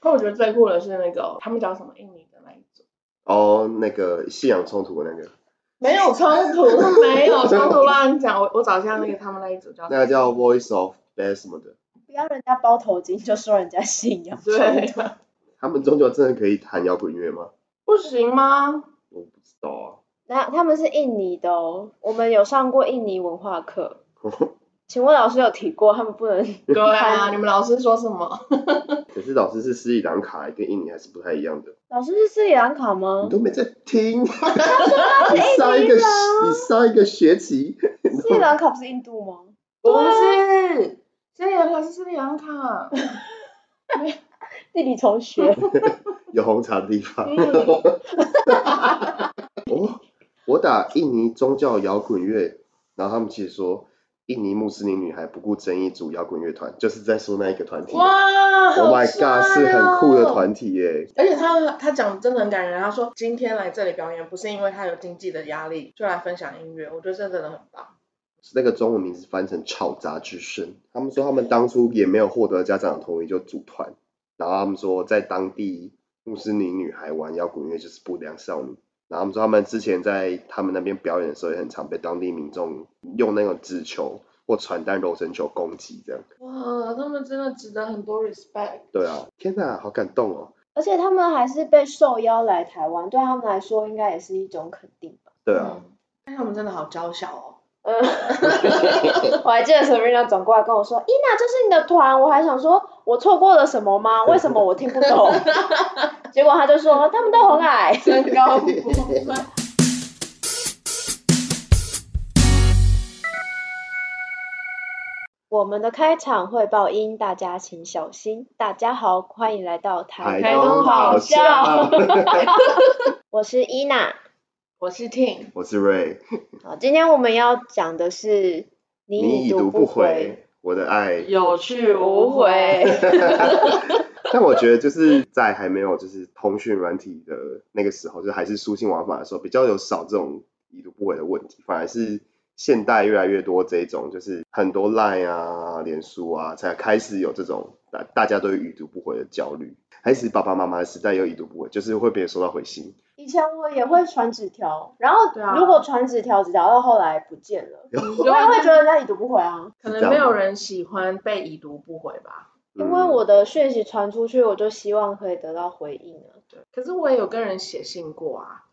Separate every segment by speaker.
Speaker 1: 但我觉得最酷的是那个他们讲什么印尼的那一种，
Speaker 2: 哦，那个信仰冲突的那个，
Speaker 1: 没有冲 突，没有冲突，乱讲。我我找一下那个他们那一组叫什
Speaker 2: 那
Speaker 1: 么
Speaker 2: 个叫 Voice of Bass 什么的，
Speaker 3: 不要人家包头巾 就说人家信仰冲
Speaker 1: 对
Speaker 3: 突，
Speaker 2: 他们终究真的可以弹摇滚乐吗？
Speaker 1: 不行吗？
Speaker 2: 我不知道啊
Speaker 3: 那他们是印尼的哦，我们有上过印尼文化 课，
Speaker 2: 啊，
Speaker 3: 请问老师有提过他们不能
Speaker 1: 对啊，你们老师说什么？
Speaker 2: 可是老师是斯里兰卡，跟印尼还是不太一样的。
Speaker 3: 老师是斯里兰卡吗
Speaker 2: 你？都没在 听，你上
Speaker 1: 哎
Speaker 2: 一个你上一个学期，
Speaker 3: 斯里兰卡不是印度吗？
Speaker 2: 啊
Speaker 1: 不是，斯里兰卡是斯里兰卡，
Speaker 3: 地理同 学，
Speaker 2: 有红茶的地方。
Speaker 1: 嗯
Speaker 2: 哦，我打印尼宗教摇滚乐，然后他们其实说印尼穆斯林女孩不顾争议组摇滚乐团，就是在说那一个团体。
Speaker 1: 哇
Speaker 2: Oh my
Speaker 1: 好
Speaker 2: god，
Speaker 1: 帅
Speaker 2: 是很酷的
Speaker 1: 哦
Speaker 2: 团体耶！
Speaker 1: 而且他他讲得真的很感人，他说今天来这里表演不是因为他有经济的压力，就来分享音乐，我觉得这真的很棒。
Speaker 2: 那个中文名字翻成“吵杂之声”。他们说他们当初也没有获得家长的同意就组团，然后他们说在当地穆斯林女孩玩摇滚乐就是不良少女。然后他们说他们之前在他们那边表演的时候也很常被当地民众用那种纸球或传单、柔绳球攻击这样。
Speaker 1: 哇，他们真的值得很多 respect。
Speaker 2: 对啊，天哪，好感动哦！
Speaker 3: 而且他们还是被受邀来台湾，对他们来说应该也是一种肯定吧。
Speaker 2: 对啊，
Speaker 1: 嗯，但他们真的好娇小哦。
Speaker 3: 嗯，我还记得 Serena 转过来跟我说：“伊娜，这是你的团。”我还想说，我错过了什么吗？为什么我听不懂？ 结果他就说他们都很矮，
Speaker 1: 身高不 分。
Speaker 3: 我们的开场会爆音，大家请小心。大家好，欢迎来到台
Speaker 1: 台东好笑，
Speaker 3: 我是伊娜。
Speaker 1: 我是 Ting，
Speaker 2: 我是 Ray，
Speaker 3: 好，今天我们要讲的是你
Speaker 2: 已
Speaker 3: 读
Speaker 2: 读不
Speaker 3: 回，
Speaker 2: 回，我的爱。
Speaker 1: 有去无
Speaker 3: 回。
Speaker 1: 回。
Speaker 2: 但我觉得就是在还没有就是通讯软体的那个时候，就还是书信往返的时候，比较有少这种已读不回的问题，反而是现代越来越多这种，就是很多 Line 啊、脸书啊，才开始有这种大大家对于已读不回的焦虑。开始爸爸妈妈的时代有已读不回，就是会被人收到回信，
Speaker 3: 以前我也会传纸条，然后
Speaker 1: 对啊
Speaker 3: 如果传纸条，纸条到后来不见了，
Speaker 1: 你就
Speaker 3: 我也会
Speaker 1: 会
Speaker 3: 觉得那里读不回啊，
Speaker 1: 可能没有人喜欢被已读不回吧。
Speaker 3: 因为我的讯息传出去，我就希望可以得到回应啊。
Speaker 1: 可是我也有跟人写信过啊，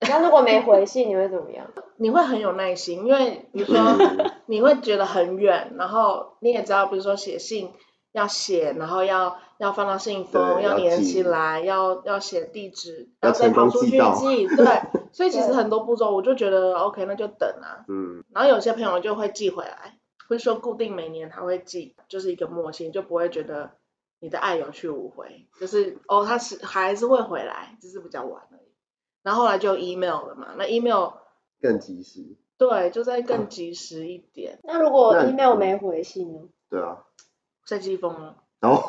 Speaker 3: 那如果没回信，你会怎么样？
Speaker 1: 你会很有耐心，因为比如说
Speaker 2: 嗯
Speaker 1: 你会觉得很远，然后你也知道，比如说写信要写，然后要要放到信封，
Speaker 2: 对
Speaker 1: 要
Speaker 2: 要
Speaker 1: 粘
Speaker 2: 寄
Speaker 1: 起来，要要写地址，
Speaker 2: 要
Speaker 1: 然后再
Speaker 2: 成
Speaker 1: 跑
Speaker 2: 功
Speaker 1: 出
Speaker 2: 寄
Speaker 1: 去
Speaker 2: 到
Speaker 1: 寄。对，所以其实
Speaker 3: 对
Speaker 1: 很多步骤，我就觉得 OK，那就等啊。
Speaker 2: 嗯，
Speaker 1: 然后有些朋友就会寄回来，或者说固定每年他会寄，就是一个默契，就不会觉得你的爱有去无回，就是哦，他是还是会回来，只是比较晚而已。然后后来就有 email 了嘛，那 email
Speaker 2: 更及时，
Speaker 1: 对，就再更及时一点，
Speaker 3: 那如果
Speaker 2: 那
Speaker 3: email 没回信呢？
Speaker 2: 对啊，
Speaker 1: 再寄封了。
Speaker 2: 然后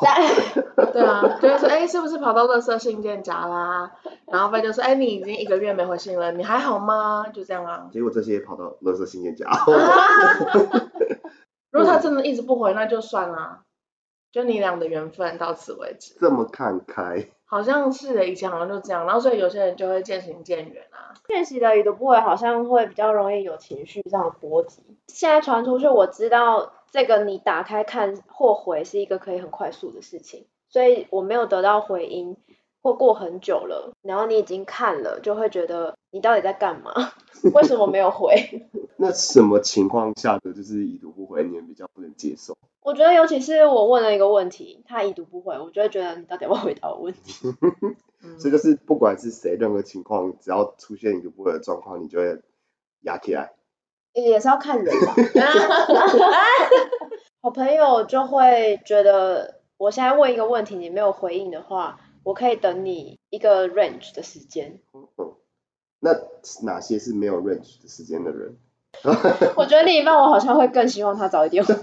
Speaker 1: 对啊，就会说，哎、是不是跑到垃圾信件夹啦？然后再就说，哎、你已经一个月没回信了，你还好吗？就这样啊。
Speaker 2: 结果这些跑到垃圾信件夹，
Speaker 1: 如果他真的一直不回，那就算啦，就你俩的缘分到此为止。
Speaker 2: 这么看开，
Speaker 1: 好像是的，以前好像就这样，然后所以有些人就会渐行渐远啊。
Speaker 3: 讯息的已读不回好像会比较容易有情绪上的波及。现在传出去，我知道这个你打开看或回是一个可以很快速的事情，所以我没有得到回音，或过很久了，然后你已经看了，就会觉得你到底在干嘛？ 为什么没有回？
Speaker 2: 那什么情况下的就是已读不回，你们比较不能接受？
Speaker 3: 我觉得尤其是我问了一个问题，他已读不回，我就会觉得你到底要不要回答我问题？
Speaker 1: 嗯，
Speaker 2: 这个是不管是谁，任何情况，只要出现一个不合的状况，你就会压起来。
Speaker 3: 也是要看人吧。我朋友就会觉得，我现在问一个问题，你没有回应的话，我可以等你一个 range 的时间。
Speaker 2: 嗯，那哪些是没有 range 的时间的人？
Speaker 3: 我觉得另一半，我好像会更希望他早一点回。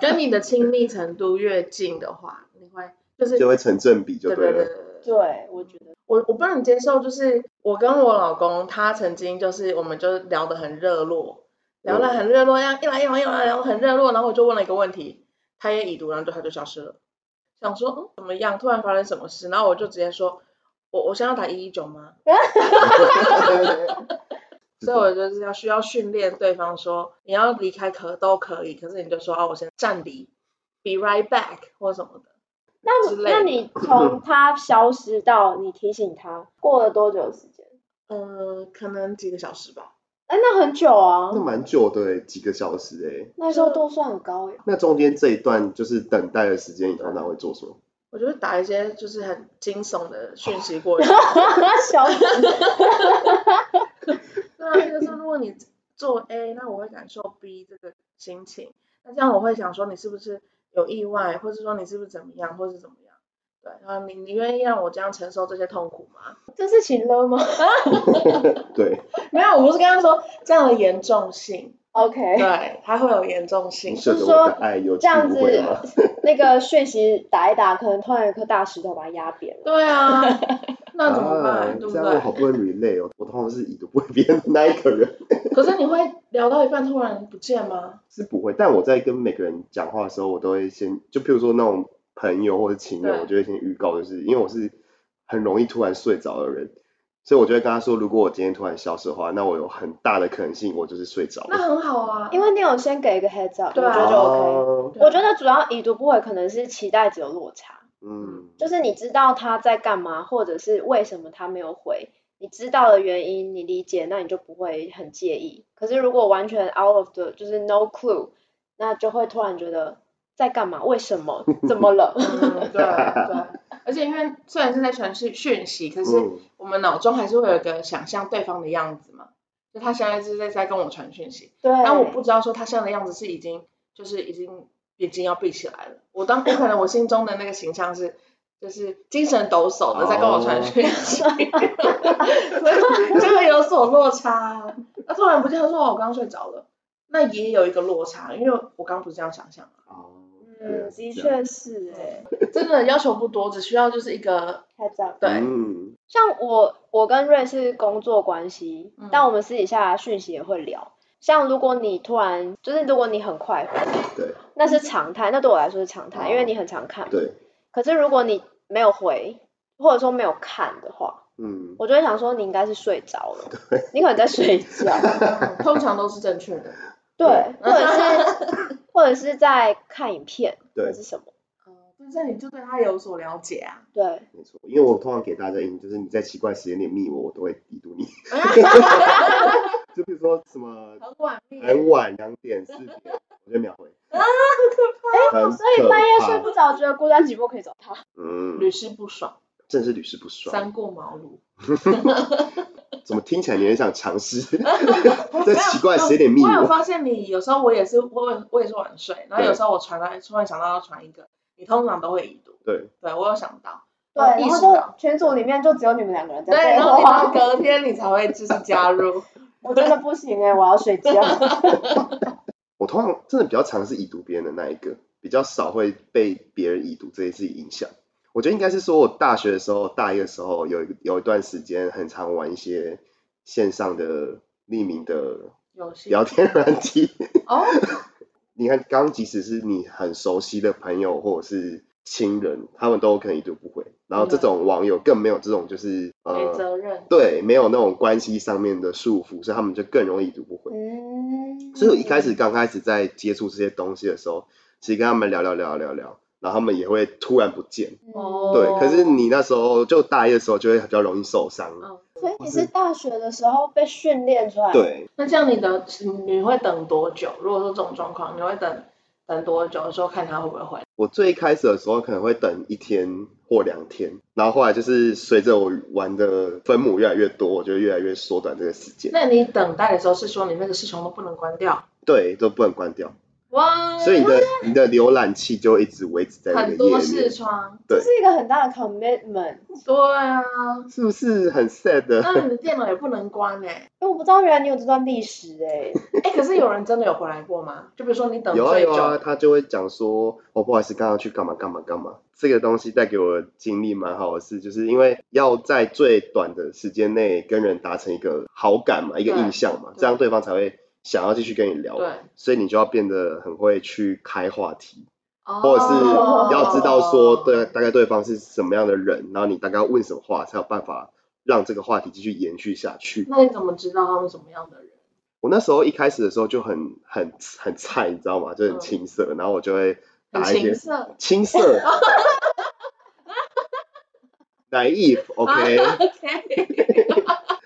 Speaker 1: 跟你的亲密程度越近的话，你会就是
Speaker 2: 就会成正比就
Speaker 1: 对对
Speaker 2: 了。
Speaker 1: 对对对。
Speaker 3: 对，我觉得
Speaker 1: 我我不能接受，就是我跟我老公，他曾经就是我们就聊得很热络，聊得很热络，这样一来一往一来一往很热络，然后我就问了一个问题，他也已读，然后就他就消失了。想说嗯怎么样，突然发生什么事，然后我就直接说，我我现在要打一一九吗？ 所以我就是要需要训练对方说，你要离开可都可以，可是你就说哦，我先暂离，be right back 或什么的。
Speaker 3: 那
Speaker 1: 之类
Speaker 3: 那
Speaker 1: 的
Speaker 3: 你从他消失到你提醒他，过了多久的时间？
Speaker 1: 呃，可能几个小时吧。
Speaker 3: 哎，那很久啊
Speaker 2: 那，蛮久的欸，几个小时哎。
Speaker 3: 那时候度数很高耶。
Speaker 2: 那中间这一段就是等待的时间，你通常会做什么？
Speaker 1: 我就会打一些就是很惊悚的讯 息过去。
Speaker 3: 消失。
Speaker 1: 对啊，就是如果你做 A，那我会感受 B 这个心情。那这样我会想说你是不是有意外，或是说你是不是怎么样，或是怎么样？对，然后你你愿意让我这样承受这些痛苦吗？
Speaker 3: 这是情勒吗
Speaker 2: 对，
Speaker 1: 没有，我不是跟他说这样的严重性，
Speaker 3: ？OK，
Speaker 1: 对，啊它会有严重性
Speaker 2: 你。舍得我的爱有
Speaker 3: 这
Speaker 2: 去
Speaker 3: 样
Speaker 2: 无
Speaker 3: 子
Speaker 2: 回 吗？
Speaker 3: 那个讯息打一打，可能突然有一颗大石头把它压扁了。
Speaker 1: 对 啊，那怎么办？
Speaker 2: 啊，
Speaker 1: 对不
Speaker 2: 这样我好
Speaker 1: 对？
Speaker 2: 不容易 relay 哦，我通常是已读不回别人的那一个人，
Speaker 1: 可是你会聊到一半突然不见吗？
Speaker 2: 是不会。但我在跟每个人讲话的时候，我都会先，就譬如说那种朋友或者情人，
Speaker 1: 对
Speaker 2: 我就会先预告，就是因为我是很容易突然睡着的人，所以我就会跟他说，如果我今天突然消失的话，那我有很大的可能性我就是睡着
Speaker 1: 那
Speaker 2: 了。
Speaker 1: 很好啊，
Speaker 3: 因为你有先给一个 heads up，
Speaker 1: 对
Speaker 3: 我
Speaker 1: 啊
Speaker 3: 觉得就 OK。
Speaker 2: 哦
Speaker 1: 对啊
Speaker 3: 我觉得主要已读不回可能是期待值有落差，
Speaker 2: 嗯，
Speaker 3: 就是你知道他在干嘛，或者是为什么他没有回，你知道的原因，你理解，那你就不会很介意。可是如果完全 out of the 就是 no clue，那就会突然觉得在干嘛？为什么？怎么了？
Speaker 1: 嗯，对对，而且因为虽然是在传讯讯息，可是
Speaker 2: 嗯
Speaker 1: 我们脑中还是会有一个想象对方的样子嘛。就他现在是在在跟我传讯息，
Speaker 3: 对，
Speaker 1: 但我不知道说他现在的样子是已经就是已经眼睛要闭起来了。我当我可能我心中的那个形象是就是精神抖擞的在跟我传
Speaker 2: 哦
Speaker 1: 讯息， 所以就会有所落差。那突然不见，他说哦我刚睡着了，那也有一个落差，因为我刚不是这样想象。啊
Speaker 2: 哦，原来
Speaker 3: 嗯，
Speaker 2: 是
Speaker 3: 的
Speaker 2: 这样，
Speaker 3: 确是哎、
Speaker 1: 真的要求不多，只需要就是一个
Speaker 3: heads up。
Speaker 1: 对，
Speaker 2: 嗯，
Speaker 3: 像我，我跟瑞是工作关系，
Speaker 1: 嗯
Speaker 3: 但我们私底下讯息也会聊。像如果你突然就是如果你很快回，
Speaker 2: 对
Speaker 3: 那是常态，那对我来说是常态，
Speaker 2: 哦
Speaker 3: 因为你很常看。。
Speaker 2: 对，
Speaker 3: 可是如果你没有回，或者说没有看的话，
Speaker 2: 嗯，
Speaker 3: 我就会想说你应该是睡着了，你可能在睡 觉，
Speaker 1: 嗯通常都是正确的。
Speaker 3: 对，或者 是或者是在看影片，或
Speaker 2: 对
Speaker 3: 者是什么，
Speaker 1: 嗯，但是你就对他有所了解 啊。
Speaker 3: 对。
Speaker 2: 没错，因为我通常给大家印，就是你在奇怪时间点密我，我都会已读你。 就比如说什么
Speaker 1: 很晚密，
Speaker 2: 很晚两点四点，我就秒回。啊，很可怕！
Speaker 3: 所以半夜睡不着，觉得孤单寂寞可以找他。
Speaker 1: 屡
Speaker 2: 嗯，
Speaker 1: 试不爽，
Speaker 2: 真是屡试不爽。
Speaker 1: 三顾茅庐。
Speaker 2: 怎么听起来你很想尝试 在奇怪时间点密
Speaker 1: 我有
Speaker 2: 我？
Speaker 1: 发现你有时候我也是，我我也是晚睡，然后
Speaker 2: 对
Speaker 1: 有时候我传来突然想到要传一个，你通常都会已读。
Speaker 2: 对，
Speaker 1: 对我有想到，
Speaker 3: 对，
Speaker 1: 意
Speaker 3: 然
Speaker 1: 识
Speaker 3: 后
Speaker 1: 到
Speaker 3: 就。群组里面就只有你们两个人在
Speaker 1: 对，然后你
Speaker 3: 话
Speaker 1: 到。隔天你才会就是加入，
Speaker 3: 我真的不行哎、我要睡 觉。
Speaker 2: 我通常真的比较常是已读别人的那一个，比较少会被别人已读这件事情影响。我觉得应该是说，我大学的时候，大一的时候有一个有一段时间很常玩一些线上的匿名的
Speaker 1: 有些
Speaker 2: 聊天软体。
Speaker 1: 哦，
Speaker 2: 你看，刚即使是你很熟悉的朋友或者是亲人，他们都可能已读不回。然后这种网友更没有这种就是
Speaker 1: 没
Speaker 2: 呃，
Speaker 1: 责任，
Speaker 2: 对，没有那种关系上面的束缚，所以他们就更容易已读不回。
Speaker 3: 嗯，
Speaker 2: 所以我一开始刚开始在接触这些东西的时候，其实跟他们聊聊聊聊聊，然后他们也会突然不见。
Speaker 3: 哦，
Speaker 2: 对，
Speaker 1: 哦
Speaker 2: 可是你那时候就大一的时候就会比较容易受伤。
Speaker 1: 嗯，
Speaker 3: 所以你是大学的时候被训练出来，，
Speaker 2: 对，
Speaker 1: 那这样你的你会等多久？如果说这种状况，你会等等多久？说看他会不会回来？
Speaker 2: 我最开始的时候可能会等一天或两天，然后后来就是随着我玩的分母越来越多，我就越来越缩短这个时间。
Speaker 1: 那你等待的时候是说你那个视窗都不能关掉？
Speaker 2: 对，都不能关掉，
Speaker 1: 哇，
Speaker 2: 所以你的你的浏览器就一直维持在那
Speaker 1: 嗯很
Speaker 2: 个页
Speaker 1: 多视
Speaker 2: 面，
Speaker 1: 窗，
Speaker 3: 这是一个很大的 commitment，
Speaker 1: 对啊，
Speaker 2: 是不是很 sad 的？
Speaker 1: 那你的电脑也不能关哎、欸。
Speaker 3: 因为我不知道原来你有这段历史哎、
Speaker 1: 哎、可是有人真的有回来过吗？就比如说你等
Speaker 2: 有啊
Speaker 1: 最
Speaker 2: 有
Speaker 1: 久，
Speaker 2: 啊，他就会讲说，哦，不好意思，刚刚去干嘛干嘛干嘛。这个东西带给我的经历蛮好的是，就是因为要在最短的时间内跟人达成一个好感嘛，一个
Speaker 1: 对
Speaker 2: 印象嘛，
Speaker 1: 对
Speaker 2: 这样对方才会想要继续跟你聊。
Speaker 1: 对，
Speaker 2: 所以你就要变得很会去开话题，或者是
Speaker 1: 哦
Speaker 2: 要知道说对啊大概对方是什么样的人，然后你大概要问什么话才有办法让这个话题继续延续下去。
Speaker 1: 那你怎么知道他们什么样的人？
Speaker 2: 我那时候一开始的时候就很很很菜，你知道吗？就很青涩，然后我就会
Speaker 1: 很
Speaker 2: 打一些
Speaker 1: 情色，
Speaker 2: 青涩，naive，OK，、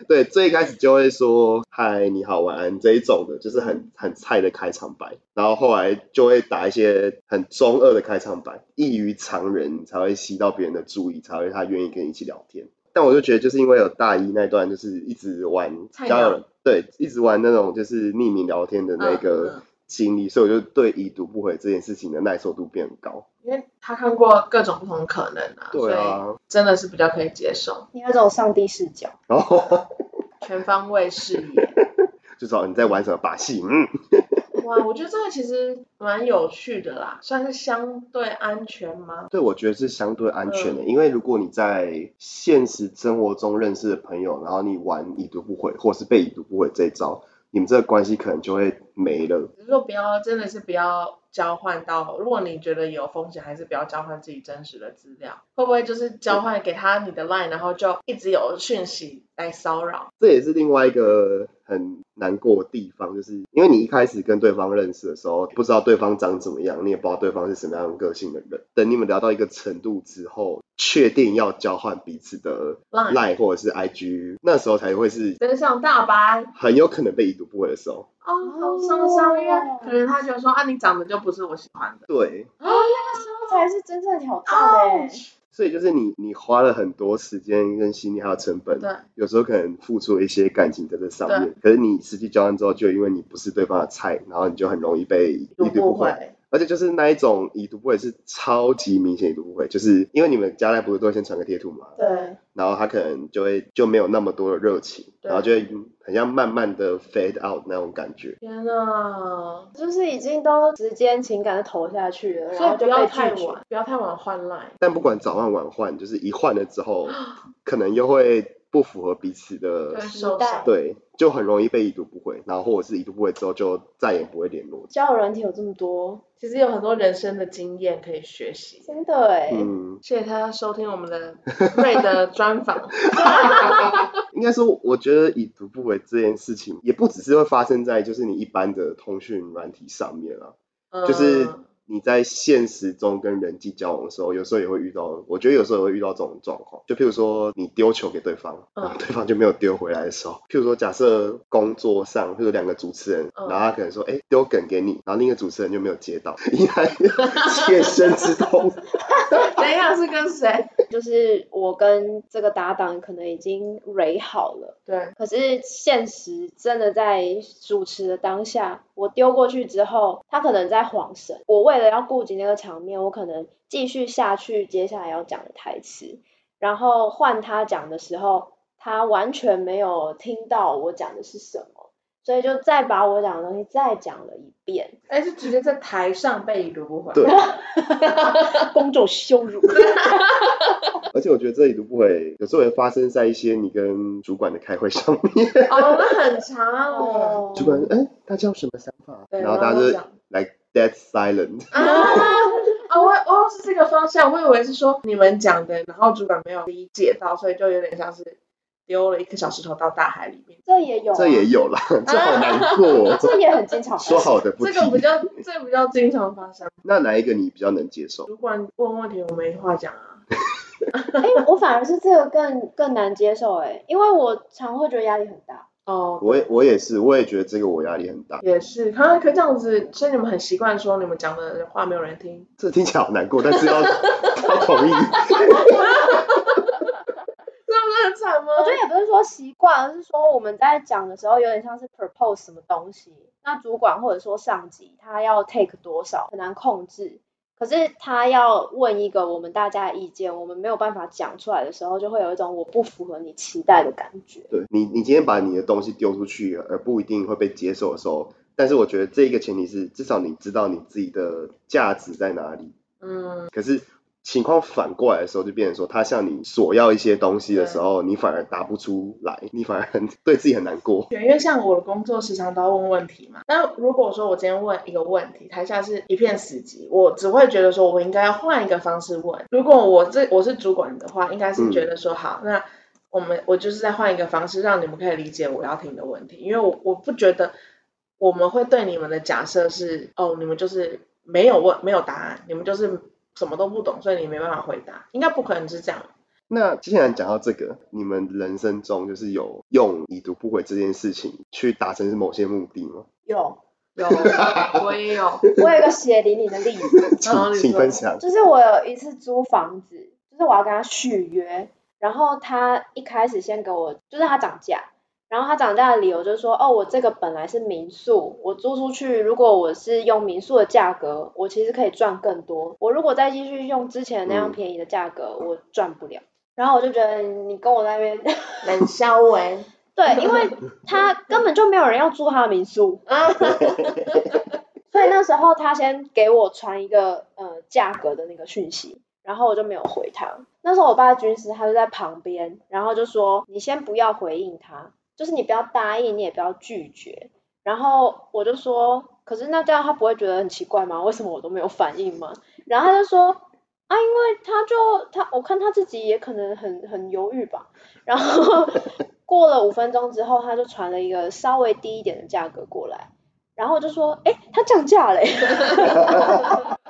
Speaker 2: 对，最一开始就会说嗨，你好，晚安这一种的，就是很很菜的开场白，然后后来就会打一些很中二的开场白，异于常人，你才会吸到别人的注意，才会他愿意跟你一起聊天。但我就觉得，就是因为有大一那段，就是一直玩
Speaker 1: 菜
Speaker 2: 交
Speaker 1: 鸟
Speaker 2: 友，对，一直玩那种就是匿名聊天的那
Speaker 1: 嗯
Speaker 2: 个
Speaker 1: 嗯
Speaker 2: 经历，所以我就对已读不回这件事情的耐受度变高。
Speaker 1: 因为他看过各种不同可能啊，
Speaker 2: 对啊
Speaker 1: 所以真的是比较可以接受，
Speaker 3: 你有种上帝视角。
Speaker 2: 然后
Speaker 1: 全方位视野。
Speaker 2: 就说你在玩什么把戏，嗯，
Speaker 1: 哇，我觉得这个其实蛮有趣的啦，算是相对安全吗？
Speaker 2: 对，我觉得是相对安全的，因为如果你在现实生活中认识的朋友，然后你玩已读不回，或是被已读不回这一招，你们这个关系可能就会没了。
Speaker 1: 只是说不要，真的是不要交换到，如果你觉得有风险，还是不要交换自己真实的资料。会不会就是交换给他你的 line，然后就一直有讯息来骚扰？
Speaker 2: 这也是另外一个很难过的地方，就是因为你一开始跟对方认识的时候，不知道对方长怎么样，你也不知道对方是什么样的个性的人。等你们聊到一个程度之后，确定要交换彼此的
Speaker 1: Line
Speaker 2: line 或者是 IG，那时候才会是
Speaker 1: 真相大白
Speaker 2: 很有可能被已读不回的时候。
Speaker 1: 哦，好受伤，因为
Speaker 3: 哦
Speaker 1: 可能他觉得说啊，你长得就不是我喜欢的。
Speaker 2: 对，
Speaker 3: 那时候才是真正的挑战
Speaker 1: 哦
Speaker 3: 哎、
Speaker 2: 所以就是你，你花了很多时间跟心力还有成本，
Speaker 1: 对，
Speaker 2: 有时候可能付出了一些感情在这上面，可是你实际交换之后，就因为你不是对方的菜，然后你就很容易被已
Speaker 1: 读
Speaker 2: 读
Speaker 1: 不
Speaker 2: 不
Speaker 1: 回
Speaker 2: 回，。而且就是那一种已读不回是超级明显已读不回，就是因为你们加赖不是都会先传个贴图嘛，
Speaker 1: 对，
Speaker 2: 然后他可能就会就没有那么多的热情，
Speaker 1: 对
Speaker 2: 然后就会很像慢慢的 fade out 那种感觉。
Speaker 1: 天呐，
Speaker 3: 就是已经都时间情感都投下去了，然
Speaker 1: 所
Speaker 3: 后
Speaker 1: 以不
Speaker 3: 就
Speaker 1: 要
Speaker 3: 被
Speaker 1: 太
Speaker 3: 拒绝。
Speaker 1: 晚，不要太晚换 line。
Speaker 2: 但不管早换晚换，就是一换了 之后，可能又会不符合彼此的
Speaker 1: 对，
Speaker 3: 期
Speaker 1: 受
Speaker 3: 待
Speaker 1: 伤。
Speaker 2: 对，就很容易被已读不回，然后或者是已读不回之后就再也不会联络。
Speaker 3: 交友软体有这么
Speaker 2: 嗯
Speaker 3: 多，
Speaker 1: 其实有很多人生的经验可以学习。
Speaker 3: 真的哎、
Speaker 2: 嗯，
Speaker 1: 谢谢大家收听我们的瑞的专访。
Speaker 2: 应该说，我觉得已读不回这件事情，也不只是会发生在就是你一般的通讯软体上面啊，
Speaker 1: 嗯
Speaker 2: 就是你在现实中跟人际交往的时候，有时候也会遇到，我觉得有时候也会遇到这种状况。就譬如说，你丢球给对方，
Speaker 1: 嗯
Speaker 2: 然后对方就没有丢回来的时候，譬如说假设工作上，譬如两个主持人，
Speaker 1: 嗯
Speaker 2: 然后他可能说，哎，丢梗给你，然后另一个主持人就没有接到，因为他 切身之痛。
Speaker 1: 等一下是跟谁？
Speaker 3: 就是我跟这个搭档可能已经蕊好了。
Speaker 1: 对，
Speaker 3: 可是现实真的在主持的当下，我丢过去之后，他可能在晃神。我为了要顾及那个场面，我可能继续下去接下来要讲的台词，然后换他讲的时候，他完全没有听到我讲的是什么，所以就再把我讲的东西再讲了一遍，
Speaker 1: 哎，是直接在台上被已读不回。
Speaker 2: 对，
Speaker 3: 公众羞辱。
Speaker 2: 而且我觉得这里都不会，有时候也发生在一些你跟主管的开会上面，
Speaker 1: 哦，那很长 哦。
Speaker 2: 主管哎、大家有什么想法？
Speaker 1: 对
Speaker 2: 然后大家
Speaker 1: 然后
Speaker 2: 就
Speaker 1: 讲
Speaker 2: 来 dead silent，
Speaker 1: 啊，哦，我哦是这个方向，我以为是说你们讲的，然后主管没有理解到，所以就有点像是丢了一颗小石头到大海里面。
Speaker 3: 这也 有、啊
Speaker 2: 这也，有啦， 这好难过、 哦。
Speaker 3: 这也很经常发
Speaker 2: 说
Speaker 3: 生。
Speaker 2: 好的不
Speaker 1: 这
Speaker 2: 提，
Speaker 1: 个比较，这个比较经常发生。
Speaker 2: 那哪一个你比较能接受？
Speaker 1: 主管问问题，我没话讲啊。
Speaker 3: 哎、我反而是这个更更难接受哎、因为我常会觉得压力很大。
Speaker 1: 哦，
Speaker 2: 我也我也是，我也觉得这个我压力很大，
Speaker 1: 也是，可可这样子，所以你们很习惯说你们讲的话没有人听。
Speaker 2: 这听起来好难过，但是要 要同意。
Speaker 1: 这不是很惨吗？
Speaker 3: 我觉得也不是说习惯，而是说我们在讲的时候有点像是 propose 什么东西，那主管或者说上级他要 take 多少很难控制，可是他要问一个我们大家的意见，我们没有办法讲出来的时候，就会有一种我不符合你期待的感觉。
Speaker 2: 对你，你今天把你的东西丢出去，而不一定会被接受的时候，但是我觉得这一个前提是，至少你知道你自己的价值在哪里，
Speaker 1: 嗯，
Speaker 2: 可是情况反过来的时候，就变成说他向你索要一些东西的时候，你反而答不出来，你反而 很对自己很难过。
Speaker 1: 因为像我的工作时常都要问问题嘛。那如果说我今天问一个问题，台下是一片死寂，我只会觉得说我应该要换一个方式问。如果我这我是主管的话，应该是觉得说、好，那我们我就是再换一个方式，让你们可以理解我要听的问题，因为我我不觉得我们会对你们的假设是哦，你们就是没有问没有答案，你们就是什么都不懂，所以你没办法回答，应该不可能是这样。
Speaker 2: 那既然讲到这个，你们人生中就是有用已读不回这件事情去达成某些目的吗？
Speaker 3: 有，
Speaker 1: 有，我也有。
Speaker 3: 我有一个血淋淋的例子，
Speaker 2: 请
Speaker 1: 然后你
Speaker 2: 请
Speaker 1: 说
Speaker 2: 分享。
Speaker 3: 就是我有一次租房子，就是我要跟他续约，然后他一开始先给我，就是他涨价，然后他涨价的理由就是说，哦，我这个本来是民宿，我租出去，如果我是用民宿的价格，我其实可以赚更多，我如果再继续用之前那样
Speaker 2: 嗯
Speaker 3: 便宜的价格，我赚不了。然后我就觉得你跟我在那边，
Speaker 1: 冷肖文，
Speaker 3: 对，因为他根本就没有人要住他的民宿，
Speaker 1: 啊，
Speaker 3: 所以那时候他先给我传一个呃价格的那个讯息，然后我就没有回他。那时候我爸的军师他就在旁边，然后就说你先不要回应他，就是你不要答应，你也不要拒绝。然后我就说，可是那这样他不会觉得很奇怪吗？为什么我都没有反应吗？然后他就说啊，因为他就他我看他自己也可能很很犹豫吧。然后过了五分钟之后，他就传了一个稍微低一点的价格过来。然后我就说，哎、他降价嘞、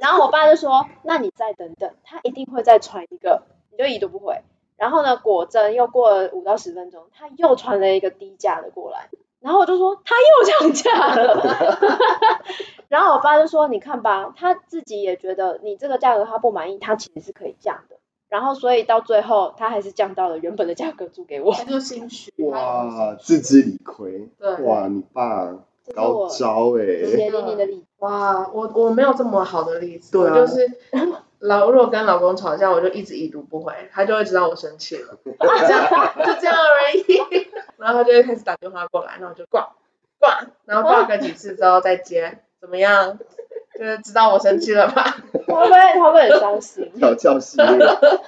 Speaker 3: 然后我爸就说，那你再等等，他一定会再传一个，你就已读不回。然后呢，果真又过了五到十分钟，他又传了一个低价的过来。然后我就说他又降价了， 然后我爸就说你看吧，他自己也觉得你这个价格他不满意，他其实是可以降的。然后所以到最后他还是降到了原本的价格租给我。
Speaker 1: 他就心虚，他有
Speaker 2: 哇，
Speaker 1: 心虚
Speaker 2: 自知理亏。
Speaker 1: 对，
Speaker 2: 哇，你爸
Speaker 3: 这是
Speaker 2: 高
Speaker 3: 我
Speaker 2: 招哎、
Speaker 3: 血淋淋的例子。
Speaker 1: 哇，我我没有这么好的例子，
Speaker 2: 对啊？
Speaker 1: 我就是老如果跟老公吵架，我就一直已读不回，他就会知道我生气了，就这样就这样而已， 然后他就会开始打电话过来，然后我就挂挂，然后挂个几次之后再接，怎么样？就是知道我生气了吧？
Speaker 3: 他 会不会他会很伤心
Speaker 2: 调教系列。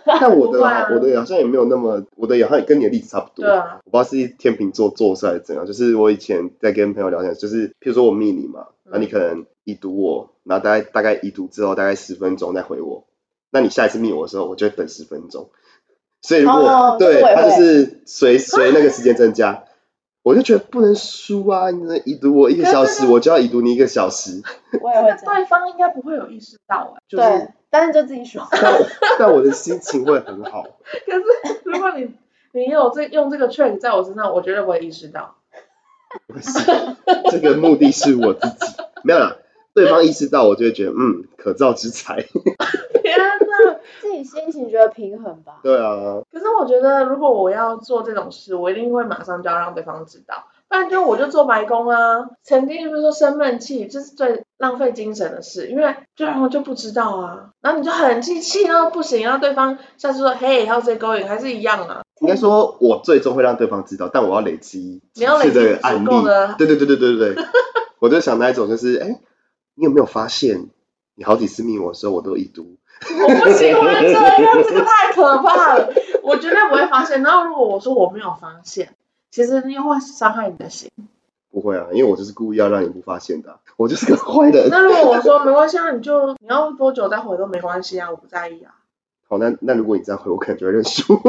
Speaker 2: 但我的
Speaker 1: 不会啊
Speaker 2: 我的好像也没有那么，我的也好像跟你的例子差不多。
Speaker 1: 对啊，
Speaker 2: 我不知道是天秤座做出来的怎样，就是我以前在跟朋友聊天，就是譬如说我密你嘛，
Speaker 1: 嗯
Speaker 2: 那你可能已读我，然后大概大概已读之后大概十分钟再回我，那你下一次密我的时候，我就会等十分钟。 所以如果、
Speaker 3: 哦
Speaker 2: 对
Speaker 3: 就是我也
Speaker 2: 他
Speaker 3: 会
Speaker 2: 就是随随那个时间增加，我就觉得不能输啊！你能已读我一个小
Speaker 1: 可是
Speaker 2: 时，我就要已读你一个小时。
Speaker 3: 我也
Speaker 1: 这
Speaker 3: 会
Speaker 1: 个
Speaker 3: 这样。
Speaker 1: 对方应该不会有意识到哎、
Speaker 2: 就是，
Speaker 3: 对，但是就自己爽。
Speaker 2: 但我但我的心情会很好。
Speaker 1: 可是如果你你有这用这个 trick 在我身上，我绝对不会意识到。
Speaker 2: 不是，这个目的是我自己，没有啦。对方意识到，我就会觉得，嗯，可造之材。
Speaker 1: 天哪！
Speaker 3: 自己心情觉得平衡吧。
Speaker 2: 对啊，
Speaker 1: 可是我觉得，如果我要做这种事，我一定会马上就要让对方知道，不然就我就做白工啊。曾经就是说生闷气，这是最浪费精神的事，因为对方就不知道啊，然后你就很气，气到不行，然后对方下次说嘿，how's it going，还是一样啊。
Speaker 2: 应该说，我最终会让对方知道，但我要累积
Speaker 1: 你要累积
Speaker 2: 这个案
Speaker 1: 足够的
Speaker 2: 例。对对对对对对对，我就想那一种，就是，哎，你有没有发现，你好几次密我的时候，我都已读。
Speaker 1: 我不喜欢这样，这个太可怕了，我绝对不会发现。然后如果我说我没有发现，其实又会伤害你的心。
Speaker 2: 不会啊，因为我就是故意要让你不发现的啊、我就是个坏人。
Speaker 1: 那如果我说没关系啊，你就你要多久再回都没关系啊，我不在意啊。
Speaker 2: 好，那那如果你这样回，我可能就会认输。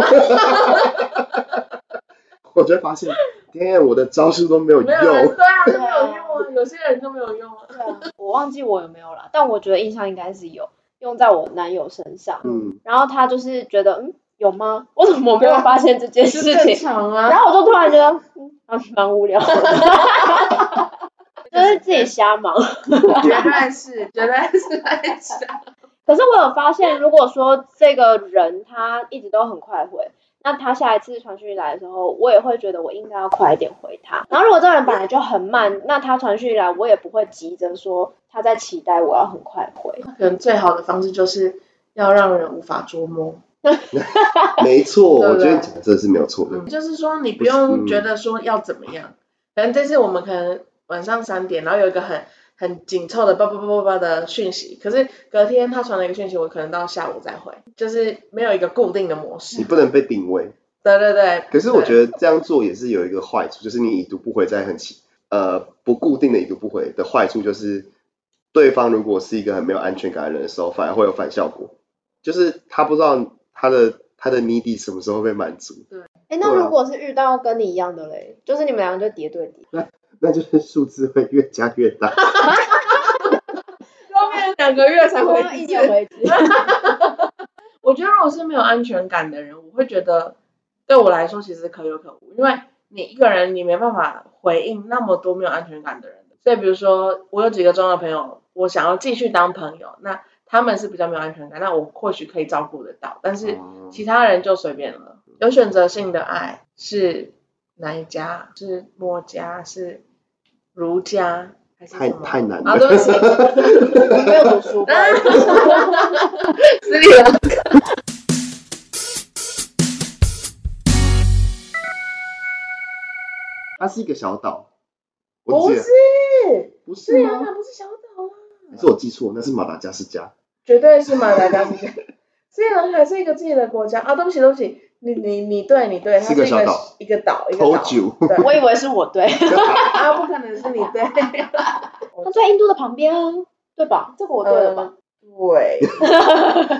Speaker 2: 我就会发现，天，我的招数都没有
Speaker 1: 没有人
Speaker 2: 用。
Speaker 1: 对啊，都没有用啊，有些人都没有用啊。
Speaker 3: 对啊，我忘记我有没有啦，但我觉得印象应该是有用在我男友身上。
Speaker 2: 嗯，
Speaker 3: 然后他就是觉得，嗯，有吗？ 我怎么没有发现这件事
Speaker 1: 就正
Speaker 3: 情？
Speaker 1: 常
Speaker 3: 然
Speaker 1: 啊，
Speaker 3: 后我就突然觉得，嗯，啊蛮无聊的，就是自己瞎忙。
Speaker 1: 绝对是，绝对是在想，
Speaker 3: 可是我有发现，如果说这个人他一直都很快回，那他下一次传讯来的时候，我也会觉得我应该要快一点回他。然后如果这个人本来就很慢，那他传讯来，我也不会急着说他在期待我要很快回。
Speaker 1: 可能最好的方式就是要让人无法捉摸。
Speaker 2: 没错，
Speaker 1: 对
Speaker 2: 我
Speaker 1: 不
Speaker 2: 觉
Speaker 1: 对
Speaker 2: 得你讲的真的是没有错的。
Speaker 1: 嗯，就是说你不用觉得说要怎么样，反正这次我们可能晚上三点，然后有一个很很紧凑的叭叭叭叭叭的讯息，可是隔天他传了一个讯息，我可能到下午再回，就是没有一个固定的模式
Speaker 2: 你。不能被定位。
Speaker 1: 对对对。
Speaker 2: 可是我
Speaker 1: 得
Speaker 2: 觉得这样做也是有一个坏处，就是你已读不回在很奇呃不固定的已读不回的坏处就是，对方如果是一个很没有安全感的人的时候，反而会有反效果，就是他不知道他的他的 needy 什么时候被满足，
Speaker 3: 哎，那
Speaker 2: 对啊
Speaker 3: 如果是遇到跟你一样的嘞，就是你们两个就叠对叠，
Speaker 2: 那就是数字会越加越大。
Speaker 1: 后面两个 月才
Speaker 3: 我
Speaker 1: 回
Speaker 3: 要一
Speaker 1: 一
Speaker 3: 年
Speaker 1: 次。
Speaker 3: 为止。
Speaker 1: 我觉得如果是没有安全感的人，我会觉得对我来说其实可有可无，因为你一个人你没办法回应那么多没有安全感的人。所以比如说，我有几个中的朋友，我想要继续当朋友，那他们是比较没有安全感，那我或许可以照顾得到，但是
Speaker 2: 哦
Speaker 1: 其他人就随便了。有选择性的爱是哪一家？是墨家？是儒家？还是
Speaker 2: 太
Speaker 1: 什么？
Speaker 2: 太难
Speaker 1: 啊，
Speaker 2: 了，
Speaker 1: 对 不起，
Speaker 3: 我没有读书，不好意思
Speaker 1: 失礼了。
Speaker 2: 它是一个小岛，我
Speaker 1: 不
Speaker 2: 记得
Speaker 1: 哦是，
Speaker 2: 不
Speaker 1: 是
Speaker 2: 是
Speaker 1: 啊，
Speaker 2: 吗？
Speaker 1: 那不是小岛啊。
Speaker 2: 还是我记错？那是马达加斯加。
Speaker 1: 绝对是马达加斯加。虽然还是一个自己的国家啊，对不 起，对不起，你你你对，你对，它
Speaker 2: 是
Speaker 1: 是
Speaker 2: 个
Speaker 1: 一
Speaker 2: 小
Speaker 1: 个
Speaker 2: 岛
Speaker 1: 一个岛，一个岛
Speaker 2: Told。you，
Speaker 3: 我以为是我对，
Speaker 1: 啊，不可能是你对，
Speaker 3: 他在印度的旁边啊，对吧？这个我对了
Speaker 1: 嗯
Speaker 3: 吧？
Speaker 1: 对，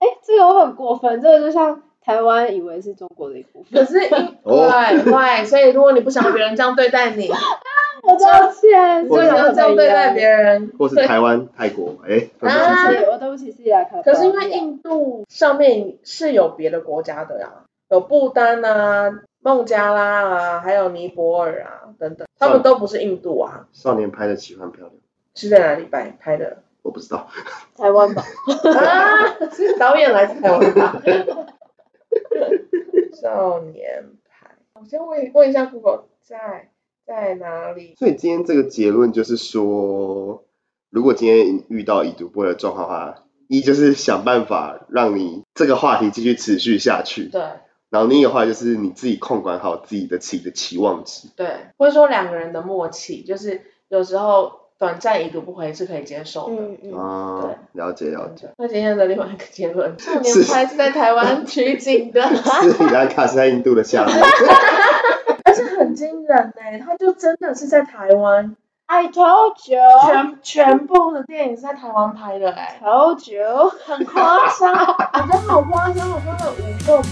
Speaker 3: 哎，这个我很过分，这个就像台湾以为是中国的一部分
Speaker 1: 可。是因
Speaker 2: 哦
Speaker 1: 对对，所以如果你不想别人这样对待 你，
Speaker 3: 我道歉，
Speaker 1: 就
Speaker 2: 我
Speaker 1: 你
Speaker 2: 想
Speaker 1: 要这样对待别人。
Speaker 2: 或是台湾、泰国，哎，都是
Speaker 1: 啊
Speaker 2: 自己
Speaker 3: 对我对不起，是亚克。
Speaker 1: 可是因为印度上面是有别的国家的呀、有不丹啊、孟加拉啊，还有尼泊尔啊等等，他们都不是印度啊，
Speaker 2: 少年拍的奇幻漂流，
Speaker 1: 是在哪里拍拍的？
Speaker 2: 我不知道。
Speaker 3: 台湾吧，
Speaker 1: 啊，是 导演来自台湾吧？少年派，我先问问一下 Google 在在哪里？
Speaker 2: 所以今天这个结论就是说，如果今天遇到已读不回的状况的话，一就是想办法让你这个话题继续持续下去，
Speaker 1: 对
Speaker 2: 然后另一个话就是你自己控管好自己的期的期望值。
Speaker 1: 对，或者说两个人的默契，就是有时候短暂已读不回是可以接受的。
Speaker 3: 嗯嗯，
Speaker 2: 哦，了解了解。
Speaker 1: 那今天的另外一个结论，少年
Speaker 2: 是
Speaker 1: 派是在台湾取景 的，
Speaker 2: 斯里兰卡是在印度的下面，
Speaker 1: 而且很惊人呢、他就真的是在台湾，
Speaker 3: 爱超久，
Speaker 1: 全全部的电影是在台湾拍的哎、
Speaker 3: 超久，
Speaker 1: 很夸张， 我觉得好夸张，我真的无够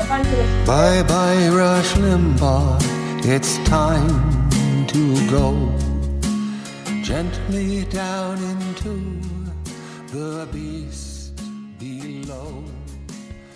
Speaker 1: 我办这个。
Speaker 4: Bye bye, Rush Limbaugh. It's time to go gently down into the beast below.